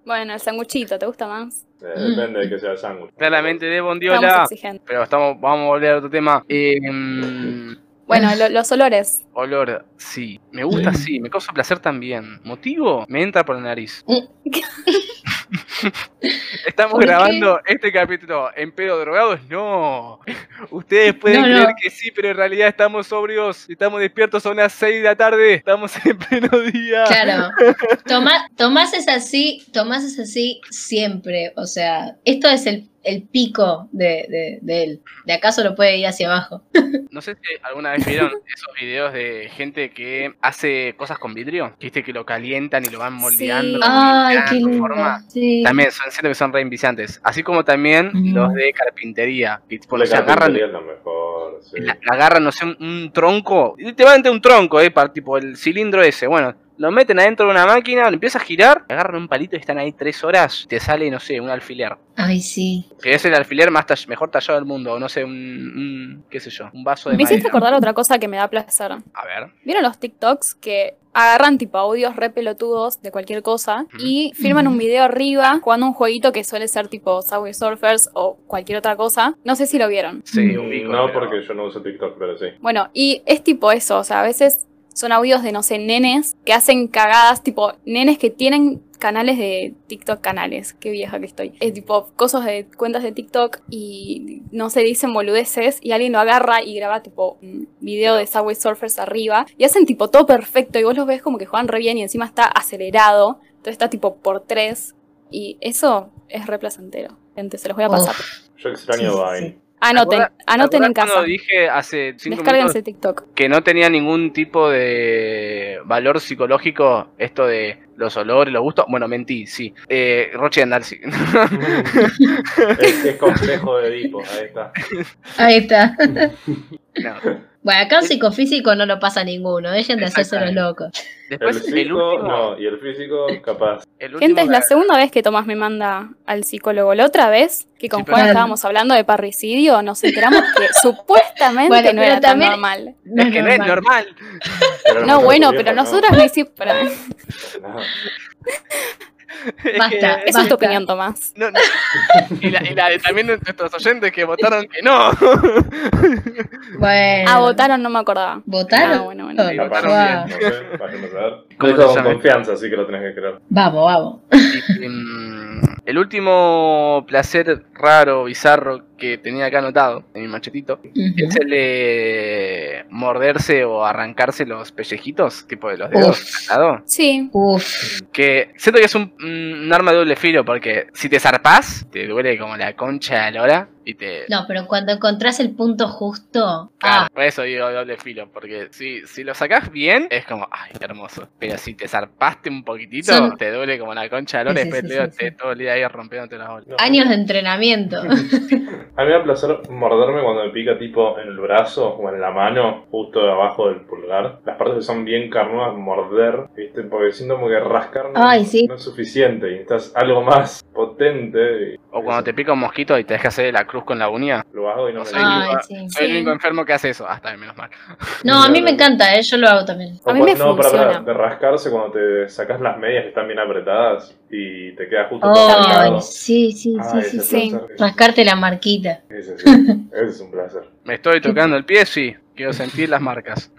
C: Bueno, el sanguchito, ¿te gusta más?
D: Eh,
B: Ah.
D: depende de que sea el sándwich.
A: Claramente de
C: Estamos
A: Bondiola,
C: exigentes.
A: pero estamos, vamos a volver a otro tema. Eh, mm,
C: Bueno, lo- los olores.
A: olor, sí. Me gusta, sí. Me causa placer también. ¿Motivo? Me entra por la nariz. Estamos
B: Mm. ¿Por qué?
A: grabando este capítulo en pedo drogados. No. Ustedes pueden
B: No, no.
A: creer que sí, pero en realidad estamos sobrios. Estamos despiertos a las 6 de la tarde. Estamos en pleno día.
B: Claro. Tomá- Tomás es así, Tomás es así siempre. O sea, esto es el, el pico de, de- de él. De acaso lo puede ir hacia abajo.
A: No sé si alguna vez vieron esos videos de gente que hace cosas con vidrio. que Viste que lo calientan y lo van moldeando.
C: Sí.
B: Ay,
A: Ah,
B: qué
A: tu
B: lindo.
A: forma.
B: Sí.
A: También son, siento que son re enviciantes. Así como también
B: Mm.
A: los de carpintería. Que tipo,
D: La
A: se agarran,
D: carpintería es lo mejor, sí.
A: la, la agarran, no sé, un, un tronco. Literalmente un tronco, eh, para, tipo el cilindro ese. Bueno, lo meten adentro de una máquina, lo empieza a girar, agarran un palito y están ahí tres horas. Te sale, no sé, un alfiler.
B: Ay, sí.
A: Que es el alfiler más tall- mejor tallado del mundo. O no sé, un, un- qué sé yo, un vaso de
C: Me hiciste
A: madera.
C: acordar otra cosa que me da placer.
A: A ver.
C: ¿Vieron los TikToks que agarran tipo audios re pelotudos de cualquier cosa
A: Ujú.
C: y firman un
B: Ujú.
C: video arriba jugando un jueguito que suele ser tipo Subway Surfers o cualquier otra cosa? No sé si lo vieron.
A: Sí, ubico,
D: Mm, No,
A: pero-
D: porque yo no uso TikTok, pero sí.
C: Bueno, y es tipo eso, o sea, a veces son audios de no sé, nenes que hacen cagadas, tipo nenes que tienen canales de TikTok canales, qué vieja que estoy. Es tipo cosas de cuentas de TikTok y no sé, dicen boludeces y alguien lo agarra y graba tipo un video de Subway Surfers arriba y hacen tipo todo perfecto y vos los ves como que juegan re bien y encima está acelerado, entonces está tipo por tres y eso es re placentero. Gente, se los voy a pasar.
D: Yo extraño
B: Sí, sí,
D: Vine.
C: Anoten,
A: Acorda-
C: anoten en
A: ¿Acordás
C: casa.
A: cuando dije hace cinco minutos
C: Descárguense TikTok.
A: que no tenía ningún tipo de valor psicológico esto de los olores, los gustos. Bueno, mentí, sí. Eh, Roche Andalsi.
D: es, es complejo de Edipo, ahí está.
B: Ahí está.
A: No.
B: Bueno, acá un psicofísico no lo pasa ninguno. Dejen de hacerse los
A: Exactamente.
B: locos.
D: El
A: Después, el,
D: físico,
A: último.
D: no, y el físico, capaz.
A: el último
C: Gente, es la
A: que-
C: segunda vez que Tomás me manda al psicólogo. La otra vez que con
A: Sí, pero-
C: Juan estábamos hablando de parricidio, nos enteramos que supuestamente
B: Bueno,
C: no
B: pero
C: era tan
B: también-
C: normal.
A: es que no es normal.
D: Pero
C: No, bueno,
D: nosotros
C: pero
D: viejos,
C: nosotros no hicimos. pero-
D: no.
A: Es
B: Basta.
A: que-
C: Esa es tu
B: Basta.
C: opinión, Tomás.
A: no, no. Y, la, y la de también de nuestros oyentes que votaron que no.
B: Bueno.
C: Ah, votaron, no me acordaba.
B: Eh, ¿Votaron?
C: Ah, bueno, bueno.
A: Sí,
D: Capaz,
A: votaron
B: Wow.
D: no sé, para empezar.
A: ¿Cómo
D: Eso
A: lo
D: con
A: saben?
D: confianza, así que lo tenés que creer.
B: Vamos, vamos.
A: Mm, El último placer raro, bizarro que tenía acá anotado en mi machetito
B: Ujú.
A: Es el de morderse o arrancarse los pellejitos, tipo de los
B: Uf.
A: dedos al lado.
C: Sí,
B: Uf.
A: Que siento que es un, mm, un arma de doble filo, porque si te zarpás, te duele como la concha de la hora y te.
B: No, pero cuando encontrás el punto justo.
A: Claro,
B: Ah,
A: por eso digo doble filo, porque si, si lo sacás bien, es como, ay, qué hermoso. Pero si te zarpaste un poquitito,
B: Son-
A: te duele como la concha de la hora
B: Sí,
A: y
B: sí,
A: después
B: sí,
A: te, veo
B: sí, sí.
A: te- todo el día ahí rompiéndote las bolas.
D: No.
B: años de entrenamiento.
D: A mí me da placer morderme cuando me pica tipo en el brazo o en la mano, justo abajo del pulgar. Las partes que son bien carnudas, morder, ¿viste? Porque siento como que rascar no,
B: Ay, sí.
D: no es suficiente y necesitas algo más potente. y-
A: O cuando te pica un mosquito y te dejas hacer la cruz con la uña.
D: Lo hago y no me
A: Ay,
D: limpio.
B: Ay, sí.
A: Soy el
C: Sí.
A: único enfermo que hace eso. Hasta menos mal.
B: No, a mí me encanta, ¿eh? yo lo hago también.
D: O
E: A mí
D: cuando-
E: me
D: no, para, para,
E: funciona.
D: de rascarse cuando te sacas las medias que están bien apretadas y te queda justo todo
B: Ay,
D: apretado.
B: sí, sí,
D: Ah,
B: sí, sí,
D: ese
B: sí.
D: placer,
B: Rascarte la marquita.
D: ese- ese sí, ese es un placer.
A: Me estoy tocando el pie, sí. Quiero sentir las marcas.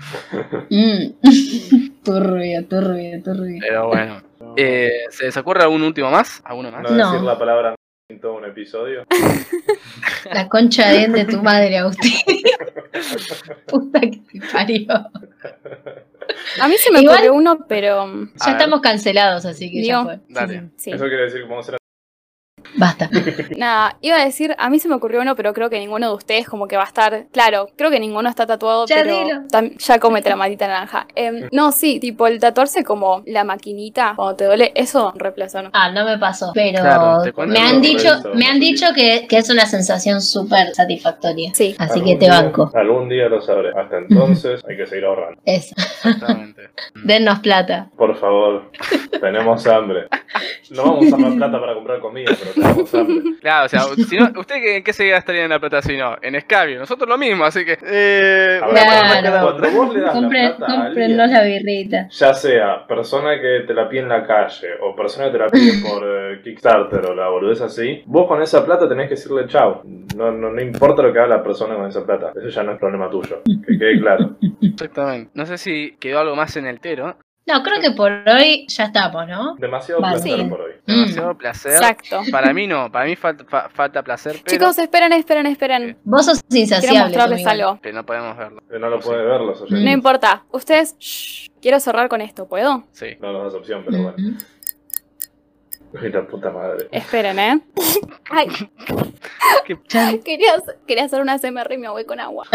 B: Mm. turbio, turbio, turbio.
A: Pero bueno. Eh, ¿Se les ocurre algún último más? ¿Alguno más?
D: No
B: No.
D: decir la palabra en todo un episodio.
B: La concha de de tu madre, Agustín. Puta que te parió.
C: A mí se me
B: Igual-
C: ocurrió uno, pero. mm,
A: A
B: Ya
A: ver.
B: estamos cancelados, así que ya
C: Digo,
B: fue.
A: Dale.
C: sí.
D: Eso quiere decir que vamos a hacer
B: Basta.
C: Nada, iba a decir, a mí se me ocurrió uno, pero creo que ninguno de ustedes como que va a estar. Claro, creo que ninguno está tatuado,
B: Ya
C: pero
B: dilo.
C: tam- ya comete la matita naranja. Em, no, sí, tipo el tatuarse como la maquinita cuando te duele, eso reemplazó, ¿no?
B: Ah, no me pasó. Pero
A: Claro, te cuento
B: me
A: algo
B: han
A: sobre
B: dicho,
D: eso,
B: me han
D: sí.
B: dicho que, que es una sensación súper satisfactoria.
C: Sí.
B: Así
D: algún
B: que te
D: día-
B: banco.
D: Algún día lo sabré. Hasta entonces hay que seguir ahorrando.
B: Eso.
A: Exactamente.
B: Dennos plata.
D: Por favor, tenemos hambre. No vamos a más plata para comprar comida, pero tenemos hambre.
A: Claro, o sea, si no- ¿usted qué- en qué se gastaría en la plata si no? En escabio. Nosotros lo mismo, así que. Eh,
D: A ver,
B: Claro.
D: cuando vos le das la
B: Compren,
D: plata a alguien,
B: comprennos la birrita.
D: ya sea persona que te la pide en la calle o persona que te la pide por eh, Kickstarter o la boludez así, vos con esa plata tenés que decirle chau. No, no, no importa lo que haga la persona con esa plata, eso ya no es problema tuyo. Que quede claro.
A: Exactamente. No sé si quedó algo más en el tero.
B: No, creo que por hoy ya estamos, ¿no?
D: Demasiado
B: Vale.
D: placer
C: Sí.
D: por hoy.
A: Demasiado placer.
C: Mm. Exacto.
A: Para mí no, para mí falta, fa- falta placer, pero,
C: Chicos, esperen, esperen, esperen.
B: Mm. Vos sos insaciable.
C: Quiero mostrarles
B: Domingo.
C: algo.
A: pero no podemos verlo.
D: Eh, No lo puede ver los oyentes.
C: No
B: Mm.
C: importa. Ustedes, shh, quiero cerrar con esto, ¿puedo?
A: Sí.
D: No nos das opción, pero bueno.
B: Mm.
D: Ay, la puta madre.
C: Esperen, ¿eh? Ay,
B: Ya-
C: quería, hacer- quería hacer una CMR y me voy con agua.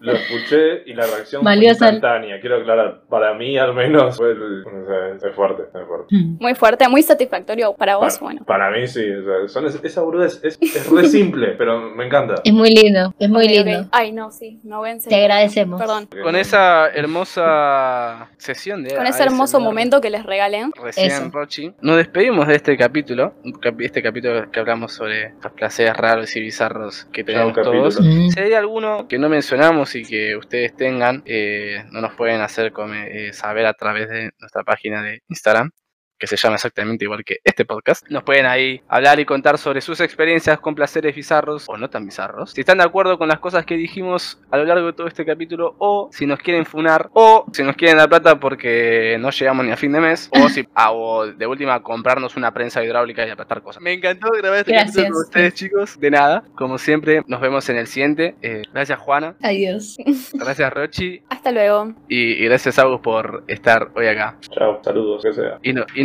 D: Lo escuché y la reacción
B: Valiosa.
D: fue instantánea. Quiero aclarar, para mí al menos fue, el- o sea, es fuerte, es fuerte.
B: Mm.
C: Muy fuerte, muy satisfactorio para vos,
D: Para,
C: bueno.
D: para mí sí, o sea, son es- esa burudez es, es re simple, pero me encanta.
B: Es muy lindo, es muy
C: Ok, ok.
B: lindo.
C: Ay, no, sí, no ven.
B: Te agradecemos.
C: Perdón.
A: Con esa hermosa sesión de.
C: Con ese hermoso
A: ASMR.
C: momento que les regalé.
A: Recién,
B: Eso.
A: Rochi. Nos despedimos de este capítulo. un capi- Este capítulo que hablamos sobre los placeres raros y bizarros que tenemos
D: capítulo.
A: todos.
B: Mm.
A: Si hay alguno que no mencionamos y que ustedes tengan, eh, no nos pueden hacer come- eh, saber a través de nuestra página de Instagram, que se llama exactamente igual que este podcast. Nos pueden ahí hablar y contar sobre sus experiencias con placeres bizarros o no tan bizarros. Si están de acuerdo con las cosas que dijimos a lo largo de todo este capítulo, o si nos quieren funar, o si nos quieren dar plata porque no llegamos ni a fin de mes, o si ah, o de última comprarnos una prensa hidráulica y aplastar cosas. Me encantó grabar este
B: Gracias.
A: capítulo con ustedes, chicos. De nada, como siempre, nos vemos en el siguiente. Eh, gracias, Juana.
B: Adiós.
A: Gracias, Rochi.
C: Hasta luego.
A: Y, y gracias, Agus, por estar hoy acá.
D: Chao, saludos, que sea.
A: Y, no- y